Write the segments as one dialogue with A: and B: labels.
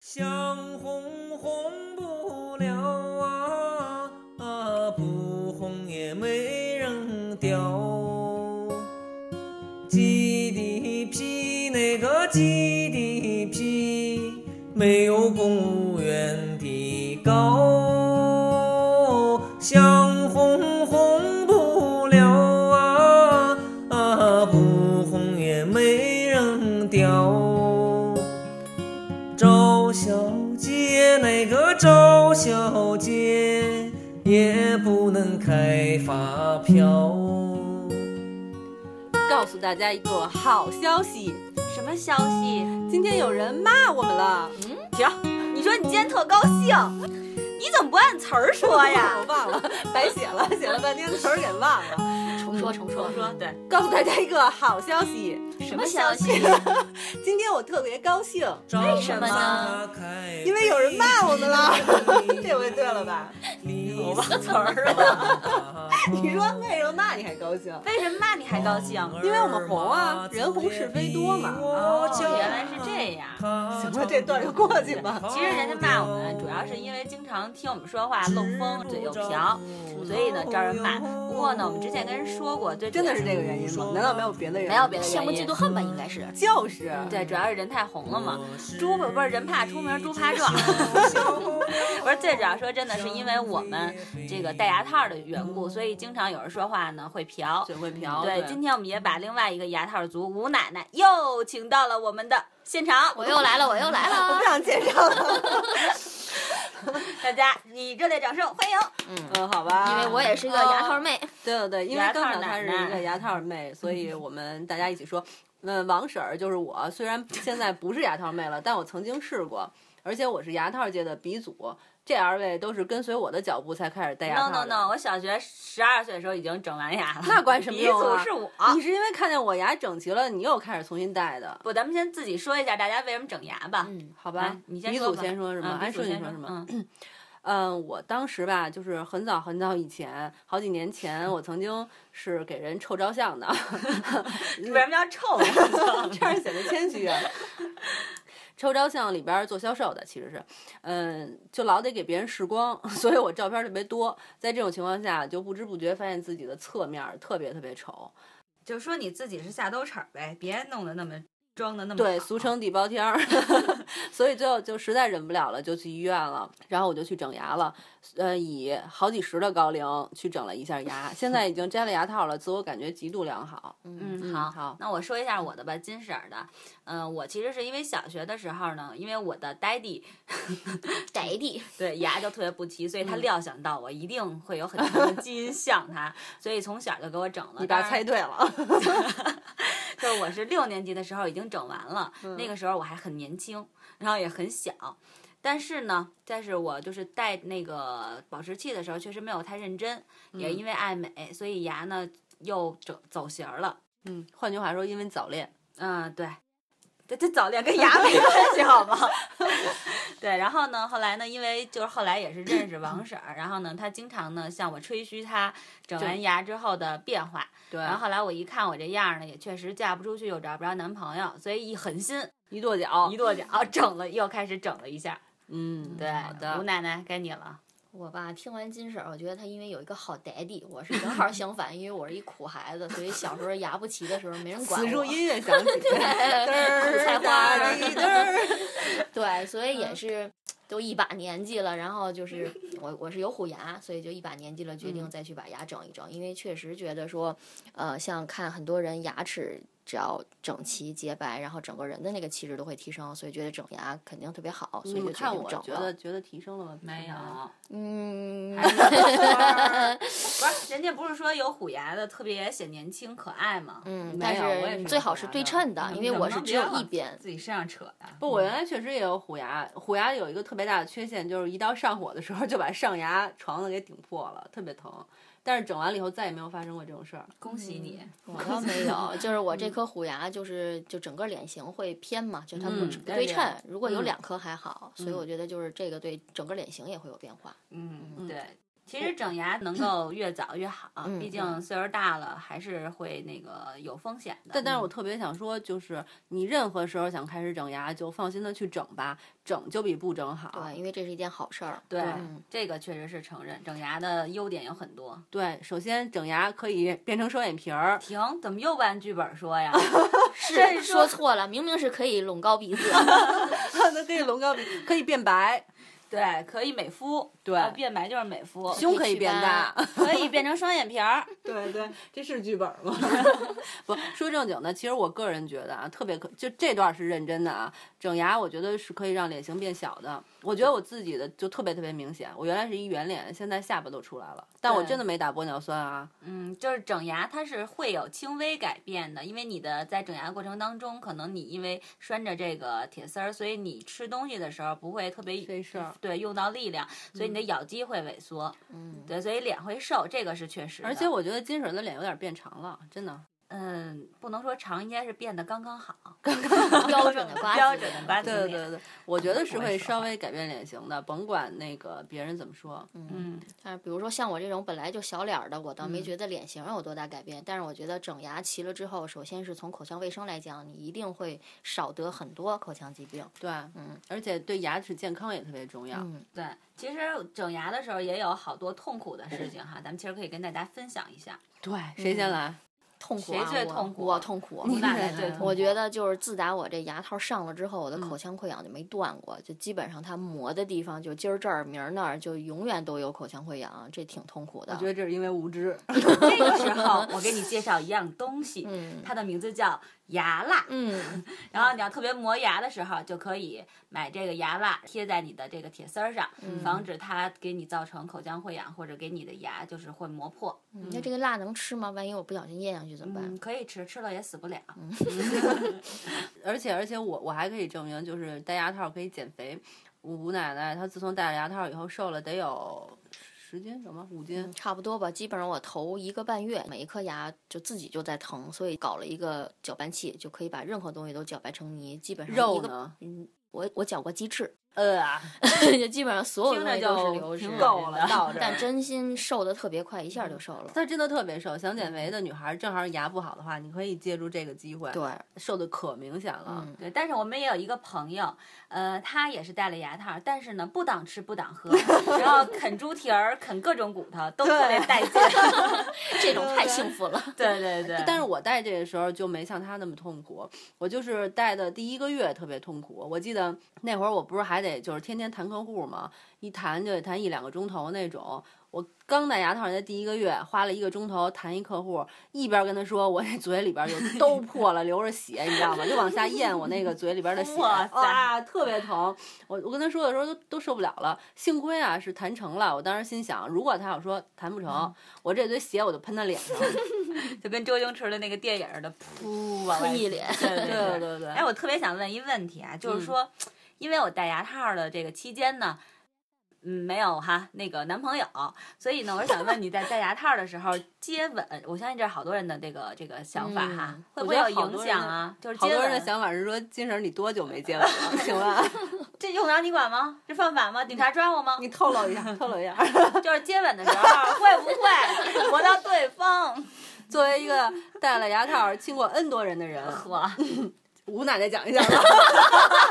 A: 想红红不了啊，啊不红也没人掉。鸡的屁那个鸡的屁，没有公务员的高。想红红不了啊，啊不红也没人掉。赵小姐，那个赵小姐也不能开发票。
B: 告诉大家一个好消息，
C: 什么消息？
B: 今天有人骂我们了。
C: 停！你说你今天特高兴，你怎么不按词儿说呀
B: 我？忘了， 白写了，写了半天词儿给忘了。
C: 重说重说
B: 我说，对，告诉大家一个好消息，
C: 什么消息？
B: 今天我特别高兴，
A: 为
C: 什么呢？
B: 因为有人骂 我们了。这回对了吧？
A: 我
C: 忘词儿
A: 了。
B: 你说为什么骂你还高兴？
C: 为什么骂你还高兴？
B: 因为我们红啊人红是非多嘛
C: 哦
A: 哦，
C: 原来是这 样。
A: 样
B: 行了，这段就过去吧。
C: 其实人家骂我们，主要是因为经常听我们说话漏风，嘴又瓢，所以呢招人骂。不过呢，我们之前跟人说过，最主要
B: 真的是这个原因吗？难道没有别的原因？
C: 没有别的
D: 羡慕
C: 原
D: 嫉妒
C: 因？
D: 恨吧，应该是。
B: 就是
C: 对，主要是人太红了嘛。猪不不是人怕出名，猪怕 壮。不是最主要说真的是因为我们这个戴牙套的缘故，所以经常有人说话呢会瓢。
B: 嘴会瓢。
C: 对，今天我们也把另外一个牙套族吴奶奶又请到了我们的现场。
D: 我又来了，我又来
B: 我
D: 了
B: 不。想介绍了。
C: 大家以热烈掌声欢迎。
D: 嗯，
B: 嗯，好吧。嗯
D: 因为我也是一个牙套妹。
B: 对对对，因为
C: 牙套
B: 刚好她
C: 奶
B: 是
C: 奶嗯
B: 一个牙套妹，所以我们大家一起说，嗯，王婶儿就是我，虽然现在不是牙套妹了，但我曾经是过，而且我是牙套界的鼻祖。这二位都是跟随我的脚步才开始戴牙
C: No
B: 套的。
C: no no，我小学十二岁的时候已经整完牙了。
B: 那管什么
C: 鼻
B: 用
C: 祖
B: 啊？
C: 是我。
B: 你是因为看见我牙整齐了，你又开始重新戴的，
C: 不，咱们先自己说一下大家为什么整牙吧。
D: 嗯，
B: 好吧？
C: 来，你先
B: 鼻
C: 说
B: 祖
C: 吧。
B: 先说是
C: 嗯
B: 吗？按
C: 鼻祖
B: 顺序
C: 先
B: 说
C: 说
B: 是吗？
C: 嗯，
B: 嗯，我当时吧，就是很早很早以前，好几年前，我曾经是给人臭照 相的，
C: 为什么要臭呀？
B: 这样显得谦虚啊。 抽照相里边儿做销售的其实是，嗯，就老得给别人试光， 所以我照片儿特别多。在这种情况下，就不知不觉发现自己的侧面儿特别特别丑，
C: 嗯就是说你自己是下兜齿儿呗，别弄得那么装的那么
B: 对，
C: 好
B: 俗称地包天儿。 所以最后就实在忍不了了，就去医院了，然后我就去整牙了，呃，以好几十的高龄去整了一下牙，现在已经摘了牙套了，自我感觉极度良好。
C: 嗯，
B: 嗯
C: 好，
B: 好
C: 那我说一下我的吧，金婶儿的。嗯、我其实是因为小学的时候呢，因为我的 daddy
D: 宅地，
C: 对牙就特别不齐，所以他料想到我一定会有很强的基因像他，所以从小就给我整了。
B: 你爸
C: 啊当然
B: 猜对了，
C: 就是我是六年级的时候已经整完了，那个时候我还很年轻，然后也很小。但是呢，但是我就是戴那个保持器的时候，确实没有太认真，也因为爱美，所以牙呢又走走形儿了。
B: 嗯，换句话说，因为早恋。
C: 嗯，对，这这早恋跟牙没关系，好吗？ 对，然后呢，后来呢，因为就是后来也是认识王婶儿，然后呢，她经常呢向我吹嘘她整完牙之后的变化，
B: 对，
C: 然后后来我一看我这样儿呢，也确实嫁不出去，又找不着男朋友，所以一狠心，
B: 一跺脚
D: 哦
C: 一，跺脚整了，又开始整了一下。
B: 嗯，
C: 对，
B: 好
C: 吴
B: 的，
C: 奶奶该你了。
D: 我吧听完金婶儿，我觉得她因为有一个好宅地，我是正好相反，因为我是一苦孩子，所以小时候牙不齐的时候没人管
B: 此处
D: 我。
B: 音乐响 起，
D: 采花 儿
B: 儿，
D: 对，所以
B: 嗯
D: 也是都一把年纪了，然后就是我我是有虎牙，所以就一把年纪了，决
B: 嗯
D: 定再去把牙整一整，因为确实觉得说，呃，像看很多人牙齿只要整齐洁白，然后整个人的那个气质都会提升，所以觉得整牙肯定特别好，
B: 你
D: 所以
B: 们
D: 就决
B: 看
D: 定
B: 嗯我
D: 整
B: 觉
D: 了
B: 得觉得提升了吗？
D: 嗯，
C: 还是有花儿不是，人家不是说有虎牙的特别显年轻可爱吗？
D: 嗯，
B: 没
D: 但
B: 有我也
D: 是
B: 是
D: 你最
B: 有
D: 好
B: 虎
D: 是
B: 牙
D: 对
B: 的
D: 称的，
C: 嗯
D: 因为
C: 怎
D: 我
C: 么
D: 是
C: 能
D: 只
C: 别
D: 有
C: 往
D: 一边。
C: 自己身上扯呀、
B: 不，我原来确实也有虎牙，虎牙有一个特别大的缺陷，就是一到上火的时候就把上牙床子给顶破了，特别疼。但是整完了以后再也没有发生过这种事儿。
C: 恭喜你。
D: 我倒没有，就是我这颗虎牙，就是就整个脸型会偏嘛，就它不
C: 嗯
B: 对
D: 对
B: 对
D: 称。如果有
B: 嗯
D: 两颗还好，所以
B: 嗯
D: 我觉得就是这个对整个脸型也会有变化。
C: 嗯，
B: 嗯
C: 对。其实整牙能够越早越好，啊
D: 嗯
C: 毕竟岁数大了还是会那个有风险的。
B: 但但
D: 嗯
B: 是我特别想说，就是你任何时候想开始整牙，就放心的去整吧，整就比不整好。
D: 啊对，因为这是一件好事儿。
C: 对、
D: 嗯
C: 这个确实是承认，整牙的优点有很多。
B: 对首先整牙可以变成双眼皮 儿，
C: 停，怎么又不按剧本说呀？
D: 是说错了，明明是可以拢高鼻子。
B: 那可以隆高鼻，可以变白，
C: 对，可以美肤，
B: 对
C: 啊变白就是美肤，
B: 胸
D: 可
B: 可
D: 以
B: 以
D: 变
B: 变
D: 大
B: 大。
C: 可以变成双眼皮儿。
B: 对对，这是剧本吗？ 不说正经的，其实我个人觉得啊，特别可就这段是认真的啊。整牙我觉得是可以让脸型变小的，我觉得我自己的就特别特别明显。我原来是一圆脸，现在下巴都出来了，但我
C: 对
B: 真的没打玻尿酸啊。
C: 嗯，就是整牙它是会有轻微改变的，因为你的在整牙过程当中，可能你因为拴着这个铁丝儿，所以你吃东西的时候不会特别
B: 费事儿嗯
C: 对，用到力量，所以你的咬肌会萎缩，
D: 嗯，
C: 对，所以脸会瘦，这个是确实的。
B: 而且我觉得金水的脸有点变长了，真的。
C: 嗯，不能说长，应该是变得刚刚好，
D: 标准的瓜子脸，
C: 标准的瓜子
B: 对
C: 脸。
B: 对对，我觉得是
C: 我
B: 会
C: 也是
B: 稍微改变脸型的，甭管那个别人怎么说。
C: 嗯，
D: 但是比如说像我这种本来就小脸儿的，我倒没
B: 嗯
D: 觉得脸型有多大改变。但是我觉得整牙齐了之后，首先是从口腔卫生来讲，你一定会少得很多口腔疾病。
B: 对，
D: 嗯
B: 而且对牙齿健康也特别重要。
D: 嗯，
C: 对，其实整牙的时候也有好多痛苦的事情哈，咱们其实可以跟大家分享一下。
B: 对，谁先来？
D: 痛苦
C: 谁
D: 啊，
C: 最
D: 我
C: 痛苦
D: 我痛苦。
C: 你嗯哪来最痛苦？
D: 我觉得就是自打我这牙套上了之后，我的
C: 嗯
D: 口腔溃疡就没断过，就基本上它磨的地方，就今儿这儿明儿那儿，就永远都有口腔溃疡，这挺痛苦的。
B: 我觉得这是因为无 知。
C: 这个时候，我给你介绍一样东西，
D: 嗯
C: 它的名字叫牙蜡。
D: 嗯，
C: 然后你要特别磨牙的时候，就可以买这个牙蜡贴在你的这个铁丝儿上，防止它给你造成口腔溃疡或者给你的牙就是会磨破。
D: 那这个辣能吃吗？万一我不小心咽下去怎么办？
C: 嗯，可以吃，吃了也死不了。
B: 而且而且我我还可以证明，就是戴牙套可以减肥。我姑奶奶她自从戴了牙套以后，瘦了得有十斤什么五斤
D: 嗯，差不多吧，基本上我头一个半月，每一颗牙就自己就在疼，所以搞了一个搅拌器，就可以把任何东西都搅拌成泥。基本上一
B: 肉
D: 个，
B: 呢？
D: 嗯，我我搅过鸡翅，
B: 呃，
D: 就基本上所
C: 听
D: 有
C: 着
D: 东西都是
C: 就
D: 流失
C: 挺
D: 的。
C: 够了，到这儿
D: 但真心瘦的特别快，一下就瘦了。
B: 她真的特别瘦。想减
C: 嗯
B: 肥的女孩，正好牙不好的话，你可以借助这个机会，
D: 对，
B: 瘦的可明显了。
D: 嗯，
C: 对，但是我们也有一个朋友，呃，他也是戴了牙套，但是呢，不挡吃不挡喝，然后啃猪蹄儿、啃各种骨头都特别带劲。
D: 这种太幸福 了。
C: 对对对，
B: 但是我戴这个时候就没像他那么痛苦，我就是戴的第一个月特别痛苦。我记得那会儿我不是还得就是天天谈客户嘛，一谈就得谈一两个钟头那种。我刚戴牙套的第一个月，花了一个钟头谈一客户，一边跟他说我那嘴里边就都破了，流着血，你知道吗？就往下咽我那个嘴里边的血，
C: 哇塞
B: 哇，特别疼。我我跟他说的时候都都受不了了。幸亏啊是谈成了，我当时心想，如果他要说谈不
C: 嗯
B: 成，我这堆血我就喷他脸 上。
C: 就跟周星驰的那个电影儿的噗往外
D: 一脸
C: 对对
B: 对
C: 对
B: 对对。
C: 哎，我特别想问一问题啊，
B: 嗯
C: 就是说，因为我戴牙套的这个期间呢，嗯，没有哈那个男朋友，所以呢，我是想问你在戴牙套的时候接吻，我相信这是好多人的这个这个想法哈，
D: 嗯
C: 会
B: 我
C: 不会
B: 觉
C: 有
B: 得好多
C: 影
B: 人
C: 响
B: 的
C: 啊？就是
B: 好
C: 接
B: 多
C: 吻
B: 人的想法是说，金婶儿你多久没接吻 了？请问
C: 这用得着你管吗？这犯法吗？警察抓 我吗？
B: 你透露一下，透露一下。
C: 就是接吻的时候会不 会磨到对方？
B: 作为一个戴了牙套、亲过 N 多人的人，
C: 呵，
B: 吴奶奶讲一下吧。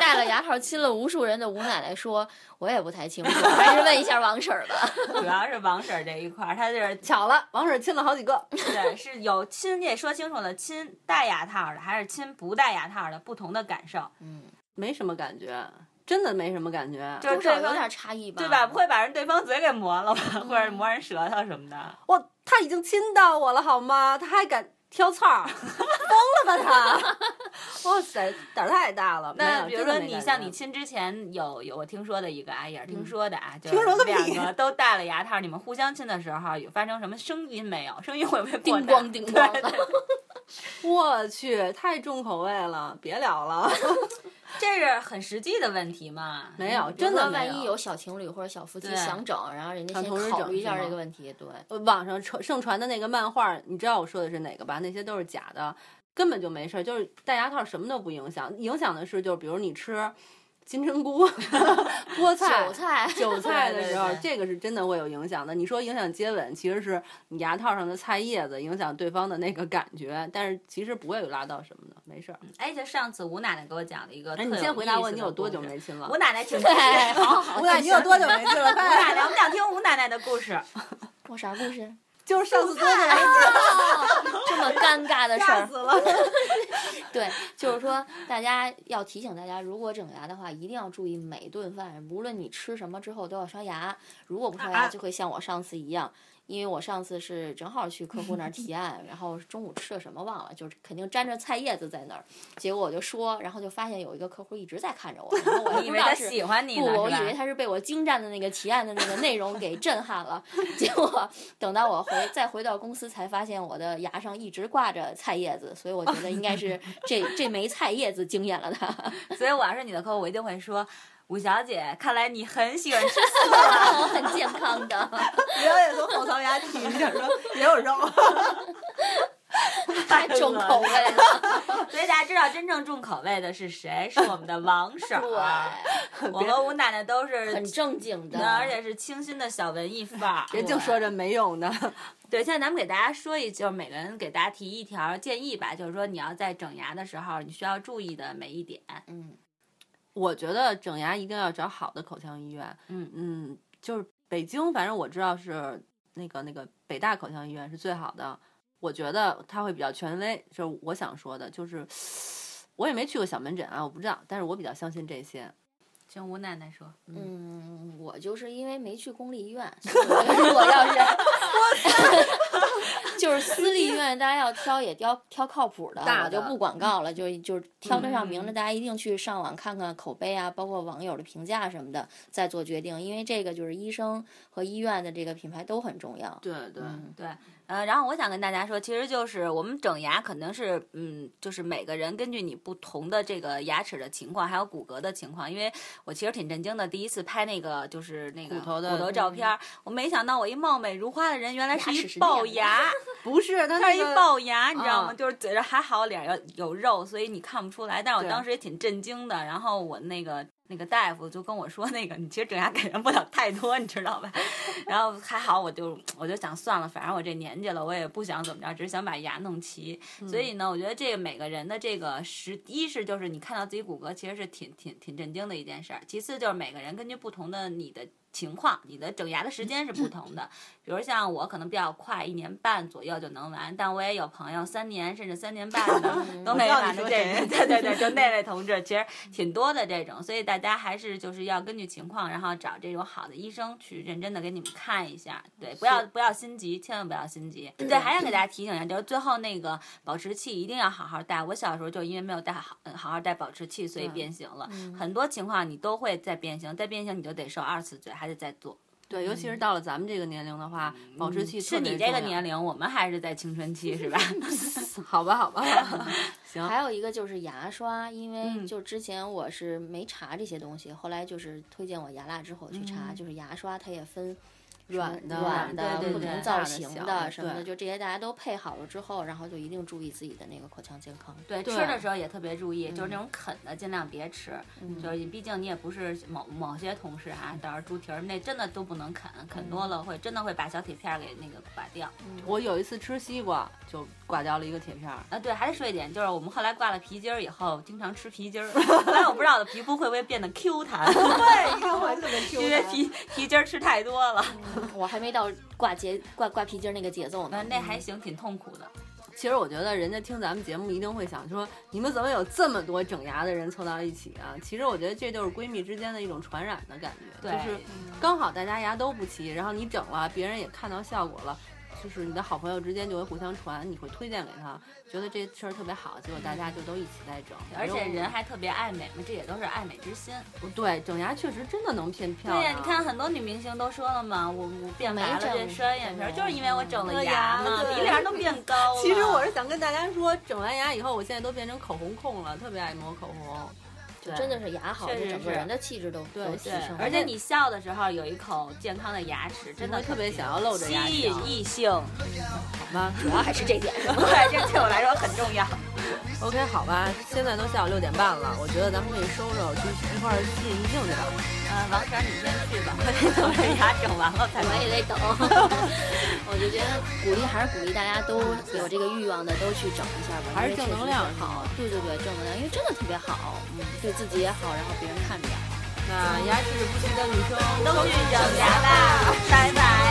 D: 戴了牙套亲了无数人的吴奶奶说，我也不太 清楚，还是问一下王婶儿吧。
C: 主要是王婶儿这一块儿，她就是
B: 巧了，王婶儿亲了好几个。
C: 对，是有亲，你得说清楚了，亲戴牙套的还是亲不戴牙套的，不同的感受，
D: 嗯，
B: 没什么感觉，真的没什么感觉。
C: 就是
D: 多少
C: 对
D: 有点
C: 方
D: 差异吧？
C: 对吧？不会把人对方嘴给磨了吧，或者磨人舌头什么的。
B: 我他已经亲到我了好吗？他还敢挑刺儿，疯了吧他？ 哇塞，胆儿太大了。没
C: 那
B: 有
C: 比如
B: 真的
C: 说
B: 没
C: 你
B: 感
C: 像
B: 觉
C: 你亲之前有有我听说的一个啊，也是听说的啊，就
B: 听说
C: 是
B: 个
C: 两
B: 屁
C: 个都戴了牙套，你们互相亲的时候有发生什么声音没有？声音会不会
D: 叮
C: 过大
D: 咣叮咣
C: 对
D: 的
C: 对
B: 我去，太重口味了，别聊 了。
C: 这是很实际的问题嘛？
B: 没有，
D: 比
B: 真
D: 如说
B: 的没
D: 万一有小情侣或者小夫妻
C: 对
D: 想整，然后人家
B: 想
D: 先
B: 同时
D: 考
B: 整
D: 虑一
B: 是
D: 下
B: 吗
D: 这个问题，对，
B: 网上传盛传的那个漫画，你知道我说的是哪个吧？那些都是假的，根本就没事儿。就是戴牙套什么都不影响，影响的是就是比如你吃。金针 菇、菠菜、
D: 韭菜
B: 韭菜的时候
D: 对对，对
B: 这个是真的会有影响的。你说影响接吻，其实是你牙套上的菜叶子影响对方的那个感觉，但是其实不会有拉到什么的，没事儿。
C: 哎，就上次吴奶奶给我讲了一个特
B: 哎，
C: 有意
B: 你
C: 思的故
B: 先回
C: 事，
B: 答我，你有多久没亲了
C: 吴？奶奶请
D: 对，好 好，
A: 吴奶，你有多久没去了？
C: 吴奶奶，我们想听吴奶奶的故事。
D: 我啥故事？ 哎
A: 就是上次多久 没
D: 这么尴尬的事儿，
A: 死了？
D: 对，就是说，大家要提醒大家，如果整牙的话，一定要注意每顿饭，无论你吃什么之后都要刷牙。如果不
C: 啊
D: 刷牙，就会像我上次一样，因为我上次是正好去客户那儿提案，然后中午吃了什么忘了，就是肯定沾着菜叶子在那儿。结果我就说，然后就发现有一个客户一直在看着我，然后我
C: 以
D: 也不
C: 为
D: 知道
C: 他
D: 是
C: 喜欢 你
D: 不，
C: 呢，
D: 我
C: 是吧
D: 以为他是被我精湛的那个提案的那个内容给震撼了，结果等到我回再回到公司，才发现我的牙上一直挂着菜叶子，所以我觉得应该是这 这枚菜叶子惊艳了他。
C: 所以我要是你的客户，我一定会说。吴小姐，看来你很喜欢吃
D: 我很健康的，
A: 然后也从后槽牙提一下说也有肉。
D: 太重口味了。
C: 所以大家知道真正重口味的是谁？是我们的 王婶儿。啊
D: 对，
C: 我和吴奶奶都是
D: 很，正经的，
C: 而且是清新的小文艺范 儿。
B: 别净说这没用的，
C: 对，现在咱们给大家说一，就是每个人给大家提一条建议吧，就是说你要在整牙的时候，你需要注意的每一点。
D: 嗯，
B: 我觉得整牙一定要找好的口腔医院。
C: 嗯
B: 嗯，就是北京，反正我知道是那个那个北大口腔医院是最好的，我觉得它会比较权威。就是我想说的，就是我也没去过小门诊啊，我不知道，但是我比较相信这些。
C: 听吴奶奶说，
D: 嗯，我就是因为没去公立医院，所以我如果要是 就是私立医院，大家要挑也挑挑靠谱的，
B: 大
D: 我就
B: 的
D: 不广告了，就就是挑得上名的，
C: 嗯
D: 大家一定去上网看看口碑啊，包括网友的评价什么的，再做决定，因为这个就是医生和医院的这个品牌都很重要。
B: 对对
D: 嗯，
C: 对，呃，然后我想跟大家说，其实就是我们整牙可能是，嗯，就是每个人根据你不同的这个牙齿的情况，还有骨骼的情况，因为我其实挺震惊的，第一次拍那个就是那个
B: 骨头的
C: 照片儿，我没想到我一貌美如花的人，原来是
D: 牙
C: 一
D: 齿是
C: 龅
D: 练的
C: 牙，
B: 不是他
C: 它
B: 那
C: 是一
B: 个
C: 龅牙，你知道吗？
B: 啊
C: 就是嘴上还好，脸上有肉，所以你看不出来。但是我
B: 对
C: 当时也挺震惊的。然后我那个那个大夫就跟我说，那个你其实整牙给人不了太多，你知道吧？ 然后还好，我就我就想算了，反正我这年纪了，我也不想怎么着，只是想把牙弄齐。所以呢，我觉得这个每个人的这个实，一是就是你看到自己骨骼，其实是挺挺挺震惊的一件事儿。其次就是每个人根据不同的你的情况，你的整牙的时间是不同
A: 嗯
C: 的。比如像我可能比较快，一年半左右就能完，但我也有朋友三年甚至三年半 的都没完的
A: 我知道你说
C: 这，
A: 谁
C: 对对 对，就那位同志，
B: 嗯
C: 其实挺多的这种，所以大家还是就是要根据情况，然后找这种好的医生去认真的给你们看一下，对，不要不要心急，千万不要心急。对，还想给大家提醒一下，就是最后那个保持器一定要好好戴。我小时候就因为没有戴好，嗯好好戴保持器，所以
B: 对嗯
C: 变形了。很多情况你都会再变形，再变形你就得受二次罪，还得再做。
B: 对，尤其
D: 嗯
B: 是到了咱们这个年龄的话，保持期
C: 是
B: 特别
C: 你这个
B: 重要
C: 年龄，我们还是在青春期，是吧？
B: 好吧 好吧， 行
D: 还有一个就是牙刷，因为
C: 嗯
D: 就之前我是没查这些东西，后来就是推荐我牙蜡之后去查，
C: 嗯
D: 就是牙刷它也分什么
B: 软的
D: 软
C: 软的
D: 的、
C: 对对
D: 不
C: 对
D: 同
B: 大
D: 造
B: 的
D: 型
B: 小
D: 的
B: 的
D: 什么的，
B: 对
D: 就这些大家都配好了之后，然后就一定注意自己的那个口腔健康。
C: 对，
B: 对
C: 吃的时候也特别注意，就是那种啃的尽量别吃，就是你毕竟你也不是某某些同事啊，到时候猪蹄儿那真的都不能啃，啃多了会真的会把小铁片儿给那个刮掉。
B: 我有一次吃西瓜就刮掉了一个铁片儿，
C: 啊，对，还得说一点，就是我们后来挂了皮筋儿以后，经常吃皮筋儿，后来我不知道我的皮肤会不会变得 Q 弹，
A: 对，你看我特别 Q
C: 因为皮皮筋儿吃太多了，
D: 我还没到挂节挂挂皮筋儿那个节奏呢
C: 反正。啊那还行，挺痛苦的。
B: 其实我觉得人家听咱们节目一定会想说，你们怎么有这么多整牙的人凑到一起啊？其实我觉得这就是闺蜜之间的一种传染的感觉，
C: 对
B: 就是刚好大家牙都不齐，然后你整了，别人也看到效果了。就是你的好朋友之间就会互相传，你会推荐给他，觉得这事儿特别好，结果大家就都一起在整，
C: 而且人
B: 还
C: 还特别爱美嘛，这也都是爱美之心。
B: 对整牙确实真的能变漂
C: 对
B: 亮。
C: 呀、你看很多女明星都说了嘛，我我变白了，
D: 没整
C: 变双眼皮儿，
D: 对
C: 就是因为我整了
A: 对
C: 牙
A: 呀
C: 嘛，
A: 对
C: 鼻梁都变高了。
B: 其实我是想跟大家说，整完牙以后，我现在都变成口红控了，特别爱抹口红。
D: 就
B: 对
D: 真的是牙好，
C: 确
D: 这
C: 实
D: 整
C: 是
D: 个人的气质都
B: 对
D: 都提
C: 对
D: 升了。，
C: 而且你笑的时候有一口健康的牙齿，真的
B: 你会特别想要露着牙
C: 吸
B: 笑
C: 引异性，
B: 好吗？
D: 主要还是这点。
C: 对，这对我来说很重要。
B: OK，好吧，现在都下午六点半了，我觉得咱们可以收收，去一块儿去银杏去吧。
C: 嗯，王婶儿你先去吧， 我得等人牙整完了才
D: 我
C: 能。
D: 也得等。 我就觉得鼓励还是鼓励大家都有这个欲望的都去整一下吧，
B: 还是
D: 因为
B: 正能
D: 确实
B: 量
D: 是好。对对对，正能量，因为真的特别好，嗯，对自己也好，然后别人看着也好。
B: 那牙齿不齐的女生
C: 都去整牙吧，拜拜。